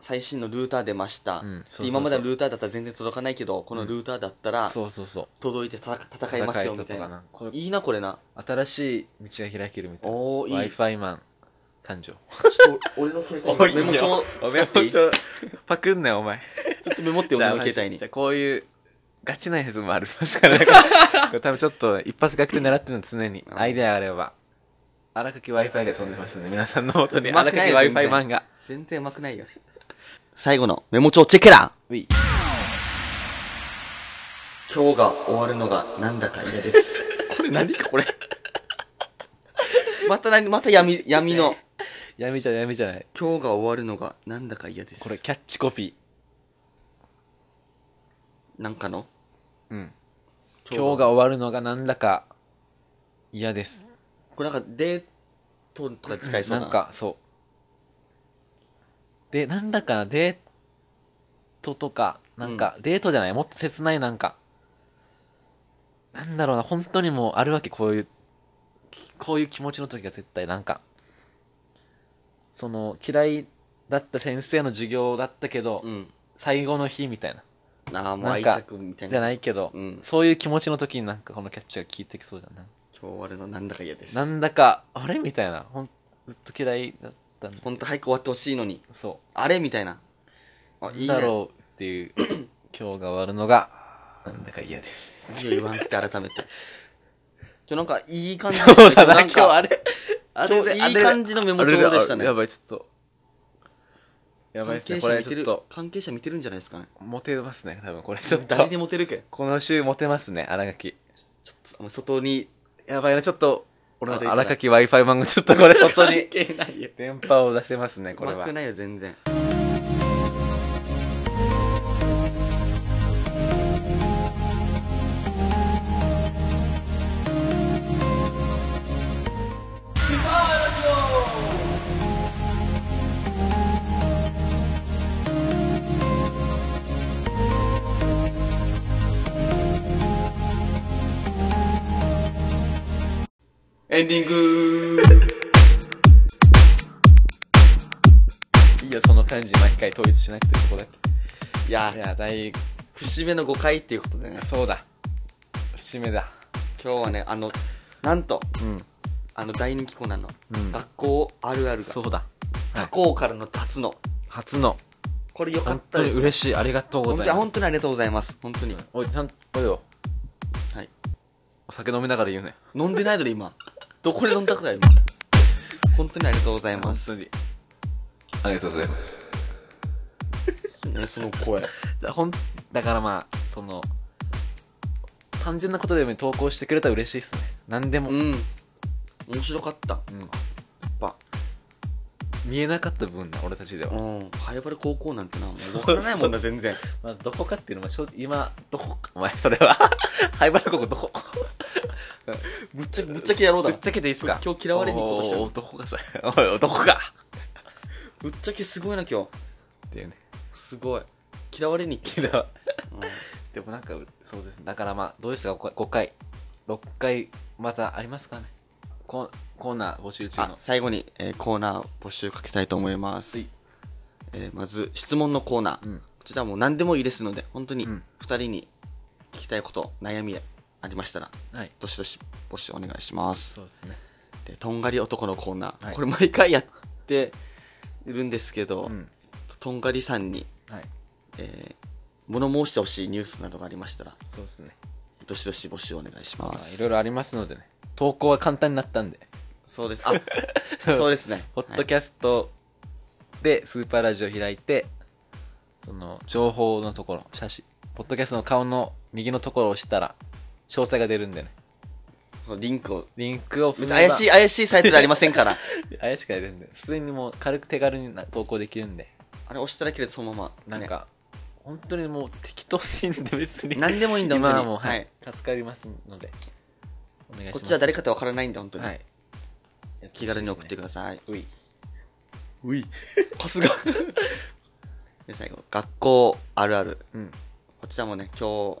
Speaker 2: 最新のルーター出ました
Speaker 3: うんそうそうそう
Speaker 2: で今までのルーターだったら全然届かないけどこのルーターだったら
Speaker 3: そうそうそう。
Speaker 2: 届いて戦戦います
Speaker 3: 戦
Speaker 2: よみ
Speaker 3: とか
Speaker 2: たい
Speaker 3: な
Speaker 2: なん
Speaker 3: かこれ
Speaker 2: いいなこれな
Speaker 3: 新しい道が開けるみたいな。
Speaker 2: おーいい
Speaker 3: Wi-Fi マン誕生。
Speaker 2: ちょっと俺の携帯メモ帳使
Speaker 3: メ
Speaker 2: ってい
Speaker 3: モ
Speaker 2: いちょ
Speaker 3: 帳、パクんなよ、お前。
Speaker 2: っとメモって
Speaker 3: じ
Speaker 2: 俺
Speaker 3: ゃあ
Speaker 2: の携帯に
Speaker 3: じゃあこういう、ガチなやつもありますから ね。これ多分ちょっと、一発逆転狙ってるの常に、アイデアがあれば、荒垣 Wi-Fi で飛んでますんで、皆さんの元に
Speaker 2: うま
Speaker 3: 荒
Speaker 2: くない
Speaker 3: 垣
Speaker 2: よ
Speaker 3: Wi-Fi
Speaker 2: 全然
Speaker 3: 漫画。
Speaker 2: 全然うまくないよ。最後のメモ帳チェ ケラ
Speaker 3: うい
Speaker 2: 今日が終わるのがなんだか嫌です。これ何かこれ。また何また闇、闇の。
Speaker 3: 闇じゃ闇じゃない。
Speaker 2: 今日が終わるのがなんだか嫌です。
Speaker 3: これ、キャッチコピ
Speaker 2: なんかの
Speaker 3: ー。うん。
Speaker 2: 今日が
Speaker 3: 今日が終わるのがなんだか、嫌です。
Speaker 2: これなんかデートとか使えそう
Speaker 3: な
Speaker 2: だな。
Speaker 3: ん。か、そう。で、なんだかな、デートとか、なんか、デートじゃない、もっと切ないなんか、なんだろうな、本当にもうあるわけ、こういう、きこういう気持ちの時が絶対なんか、その、嫌いだった先生の授業だったけど、
Speaker 2: うん。
Speaker 3: 最後の日みたいな、
Speaker 2: ああ、もう愛
Speaker 3: なんか
Speaker 2: 着みたいな。
Speaker 3: じゃないけど、
Speaker 2: うん
Speaker 3: そういう気持ちの時になんかこのキャッチが効いてきそうじゃない。
Speaker 2: 今日終わるのなんだか嫌です。
Speaker 3: なんだか、あれみたいな、ほん、ずっと嫌いだったんだ。
Speaker 2: ほんと早く終わってほしいのに。
Speaker 3: そう。
Speaker 2: あれみたいな。あ、いいね。
Speaker 3: だろうっていう、今日が終わるのが、なんだか嫌です。
Speaker 2: いいよ言わんくて改めて。今日なんかいい感じで
Speaker 3: そうだ な、
Speaker 2: な
Speaker 3: 今
Speaker 2: ん
Speaker 3: 日
Speaker 2: か
Speaker 3: あれ、あれ
Speaker 2: 今日いい感じのメモ帳でした
Speaker 3: あれ
Speaker 2: ね
Speaker 3: あやばい、ちょっと。やばいっすね。こ
Speaker 2: 関係者
Speaker 3: れ
Speaker 2: 見て
Speaker 3: ちょ
Speaker 2: る
Speaker 3: っと、
Speaker 2: 関係者見てるんじゃないですかね。
Speaker 3: モテますね。多分これちょっと、
Speaker 2: 誰でモテるけ。
Speaker 3: この週モテますね、荒垣。
Speaker 2: ちょっと、あの外に、
Speaker 3: やばいな、ちょっと、俺
Speaker 2: 悪い
Speaker 3: の
Speaker 2: から
Speaker 3: 荒垣 Wi-Fi 漫画、ちょっとこれ外に
Speaker 2: 関係ないよ。
Speaker 3: 電波を出せますね、こ
Speaker 2: う
Speaker 3: れ
Speaker 2: ま
Speaker 3: は
Speaker 2: く。ないよ、全然。エンディング
Speaker 3: いいよ、その感じ、毎回統一しなくて、そこだ
Speaker 2: いや
Speaker 3: け。い、や、大、
Speaker 2: 節目の5回っていうことでね、
Speaker 3: そうだ。節目だ。
Speaker 2: 今日はね、あの、なんと、
Speaker 3: うん。
Speaker 2: あの大人気コーナーの、
Speaker 3: うん。
Speaker 2: 学校あるあるが、
Speaker 3: そうだ。
Speaker 2: 他校からの脱の、
Speaker 3: 初の、
Speaker 2: これ良かっ
Speaker 3: 本
Speaker 2: た
Speaker 3: 当に
Speaker 2: です、ね。
Speaker 3: 嬉しい。ありがとうご
Speaker 2: 本当
Speaker 3: ざい
Speaker 2: に、
Speaker 3: ます。
Speaker 2: 本当にありがとうございます。本当に。
Speaker 3: おい、ちゃんと、おいよ。
Speaker 2: はい。
Speaker 3: お酒飲みながら言うね。
Speaker 2: 飲んでないので今。どこで飲んだかだよ、今。本当にありがとうございま
Speaker 3: 本
Speaker 2: す。
Speaker 3: 当に。ありがとうございます。
Speaker 2: ね、その声。
Speaker 3: じゃあほん、だからまあ、その、単純なことでも投稿してくれたら嬉しいっすね。何でも。
Speaker 2: うん。面白かった。や
Speaker 3: うん
Speaker 2: っぱ。
Speaker 3: 見えなかった分な、俺たちでは。
Speaker 2: うん。早原高校なんてな、もうわからないもんな、全然。
Speaker 3: まあ、どこかっていうのは、正直、今、どこか、お前、それ は。灰原高校どこ
Speaker 2: ぶっちゃけ、ぶっちゃけやろうだ
Speaker 3: ぶっ
Speaker 2: な
Speaker 3: ち。ゃけでいいっすか
Speaker 2: 今日嫌われに行こうとしてる
Speaker 3: おーおーどこかそれ。おい、おいどこか
Speaker 2: ぶっちゃけすごいな、今
Speaker 3: っ
Speaker 2: 日。
Speaker 3: ていうね。
Speaker 2: すごい。嫌われに来て
Speaker 3: けど、
Speaker 2: うん
Speaker 3: でもなんか、そうです。だからまあ、どうですか、5回、6回、またありますかね。コーコーナー募集中
Speaker 2: あ
Speaker 3: の。
Speaker 2: 最後に、えーコーナー募集かけたいと思います、
Speaker 3: はい
Speaker 2: えーまず質問のコーナー、
Speaker 3: うん
Speaker 2: こちらはもう何でもいいですので本当に
Speaker 3: う
Speaker 2: 2
Speaker 3: ん
Speaker 2: 人に聞きたいこと悩みありましたら
Speaker 3: はい。
Speaker 2: どしどし募集お願いします
Speaker 3: そうですね。
Speaker 2: でとんがり男のコーナー、
Speaker 3: はい
Speaker 2: これ毎回やってるんですけど、
Speaker 3: うん。
Speaker 2: とんがりさんに、
Speaker 3: はい。
Speaker 2: えー物申してほしいニュースなどがありましたら
Speaker 3: そうですね。
Speaker 2: どしどし募集お願いしま
Speaker 3: まあ、
Speaker 2: す
Speaker 3: いろいろありますのでね。投稿は簡単になったんで。
Speaker 2: そうです あそうですね
Speaker 3: ポッドキャストでスーパーラジオ開いて、その、情報のところ、写真、ポッドキャストの顔の右のところを押したら、詳細が出るんでね。
Speaker 2: はいそのリンクを
Speaker 3: リンクを踏
Speaker 2: 別
Speaker 3: め
Speaker 2: に
Speaker 3: ば
Speaker 2: 怪しい怪しいサイトではありませんから
Speaker 3: 怪しくない全然。普通にもう軽く手軽にな投稿できるんで。
Speaker 2: あれ押しただけでそのまま。
Speaker 3: なんか、本当にもう適当でいいんで別に。
Speaker 2: ね。何でもいいんだ、
Speaker 3: 今
Speaker 2: 本当
Speaker 3: は
Speaker 2: に。
Speaker 3: もう、
Speaker 2: は
Speaker 3: はいい。。助かりますので。お願いします。
Speaker 2: こっちは誰かってわからないんで、本当に。
Speaker 3: はい。
Speaker 2: 気軽に送ってください。
Speaker 3: うい。
Speaker 2: うい。パスが。 で、最後、学校あるある。
Speaker 3: うん。
Speaker 2: こちらもね、今日、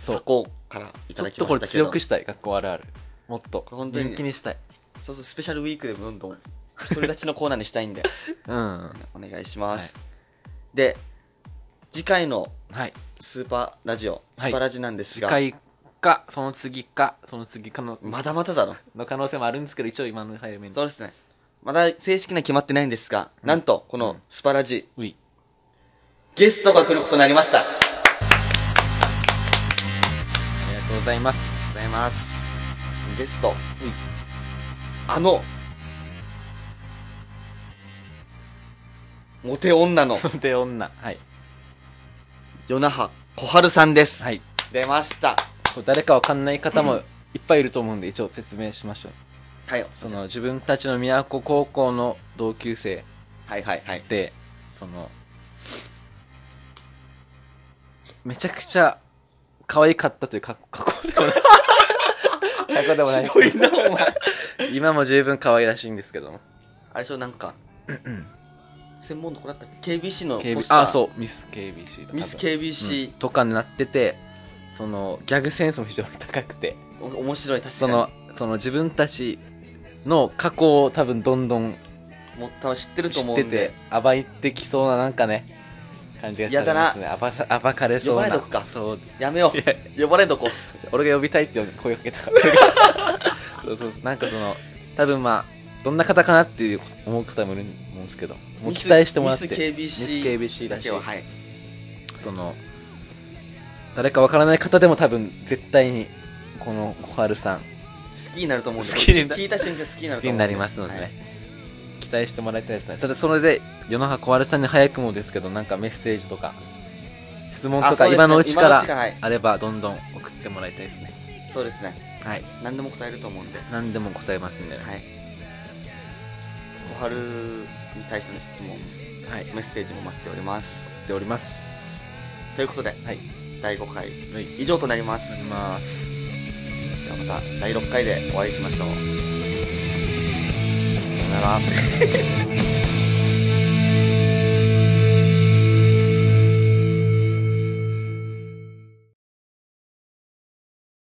Speaker 3: そ
Speaker 2: 他
Speaker 3: う。
Speaker 2: 校からい
Speaker 3: ち
Speaker 2: た
Speaker 3: ょ
Speaker 2: だ
Speaker 3: っ
Speaker 2: きま
Speaker 3: とこ
Speaker 2: し
Speaker 3: れ
Speaker 2: たけど。
Speaker 3: 強くしたい。学校あるある。もっと。
Speaker 2: 本当に
Speaker 3: 人気にしたい。
Speaker 2: そうそう、スペシャルウィークでもどんどん、独り立ちのコーナーにしたいんで、
Speaker 3: うん。
Speaker 2: お願いします。で、次回の
Speaker 3: はい。
Speaker 2: スーパーラジオ、
Speaker 3: は
Speaker 2: ス
Speaker 3: い
Speaker 2: パラジなんです
Speaker 3: 次
Speaker 2: が、
Speaker 3: 回か、その次か、その次かの、
Speaker 2: まだまだだろ。
Speaker 3: の可能性もあるんですけど、一応今の早めに
Speaker 2: そ。うですね。まだ正式な決まってないんですが、なんと、このスパラジ、
Speaker 3: うい。
Speaker 2: ゲストが来ることになりました。ありが
Speaker 3: あ
Speaker 2: と
Speaker 3: りがとうござい ます。
Speaker 2: うございます。ゲスト
Speaker 3: うい。
Speaker 2: あの、モテ女 の
Speaker 3: モテ女。はい。
Speaker 2: 与那覇小春さんです。
Speaker 3: はい。
Speaker 2: 出ました。
Speaker 3: これ誰かわかんない方もいっぱいいると思うんで、一応説明しましょう。
Speaker 2: はい。
Speaker 3: その自分たちの宮古高校の同級生
Speaker 2: はいはいはい。
Speaker 3: で、その、めちゃくちゃ可愛かったという格好格好でもない。格好でもない。
Speaker 2: ひどいな、お 前。
Speaker 3: 今も十分可愛らしいんですけども。
Speaker 2: あれでしょ、なんか、専門の子だったっけ ?KBC のポ
Speaker 3: KB
Speaker 2: スター。
Speaker 3: あ、そう、ミス KBC だ
Speaker 2: ミス
Speaker 3: 多分
Speaker 2: KBC、
Speaker 3: うんとかになってて、その、ギャグセンスも非常に高くて、
Speaker 2: お面白い、確か
Speaker 3: そ
Speaker 2: に。
Speaker 3: の、その自分たちの過去を多分どんどん
Speaker 2: もう多分知ってると
Speaker 3: 知
Speaker 2: 思
Speaker 3: っ
Speaker 2: う
Speaker 3: て
Speaker 2: んで
Speaker 3: て。暴いてきそうななんかね感じが
Speaker 2: やだな
Speaker 3: されますね暴さ暴かれそうな
Speaker 2: 呼ばれとくか
Speaker 3: そう
Speaker 2: やめよ
Speaker 3: いや
Speaker 2: う。呼ばれとこ
Speaker 3: 俺が呼びたいって声かけたから そうそうなんかその多分まあどんな方かなっていう思う方もいると思うんですけどもう
Speaker 2: ミス
Speaker 3: 期待してもらって
Speaker 2: ミス KBC
Speaker 3: ミス KBC
Speaker 2: だ
Speaker 3: だし
Speaker 2: けは、はい。
Speaker 3: その誰かわからない方でも多分絶対にこの小春さん
Speaker 2: 好きになると思うんで
Speaker 3: 好きにな
Speaker 2: 聞いた瞬間好きにな
Speaker 3: 好き
Speaker 2: ると思うんで
Speaker 3: になりますのでね、
Speaker 2: はい
Speaker 3: 期待してもらいたいですね。ただ、それで、世の中小春さんに早くもですけど、なんかメッセージとか、質問
Speaker 2: あ
Speaker 3: と
Speaker 2: そう
Speaker 3: か、
Speaker 2: ですね
Speaker 3: 今のうちか
Speaker 2: 今のうちか
Speaker 3: ら
Speaker 2: らはい
Speaker 3: あれば、どんどん送ってもらいたいですね。
Speaker 2: そうですね。
Speaker 3: はい。
Speaker 2: 何でも答えると思うんで。は
Speaker 3: 何でも答えますんでね。
Speaker 2: い。小春に対しての質問、
Speaker 3: はい。
Speaker 2: メッセージも待っております。
Speaker 3: っております。
Speaker 2: ということで、
Speaker 3: はい。
Speaker 2: 第5回
Speaker 3: はい。
Speaker 2: 以上となりま
Speaker 3: な
Speaker 2: す
Speaker 3: り。ます。
Speaker 2: ではまた第6回でお会いしましょう。さよなら。